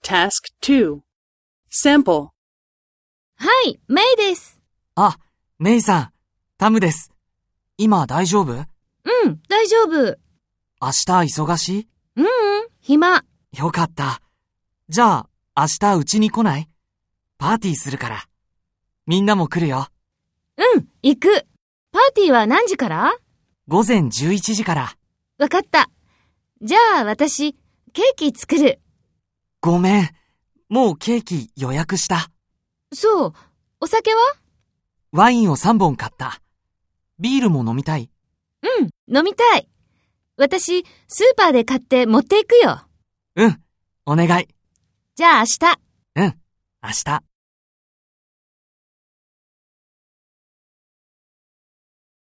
Task 2 Sample はい、メイです。あ、メイさん、タムです。今大丈夫明うん、大丈夫。うん日忙しうん、暇。いよかった。じゃあ、明日うちに来ないパーティーするから。みんなも来るよ。うん、行く。パーティーは何時から午前11時から。わかった。じゃあ、私、ケーキ作る。ごめん。もうケーキ予約した。そう、お酒はワインを3本買った。ビールも飲みたい。うん、飲みたい。私、スーパーで買って持っていくよ。うん。お願い。じゃあ明日。うん。明日。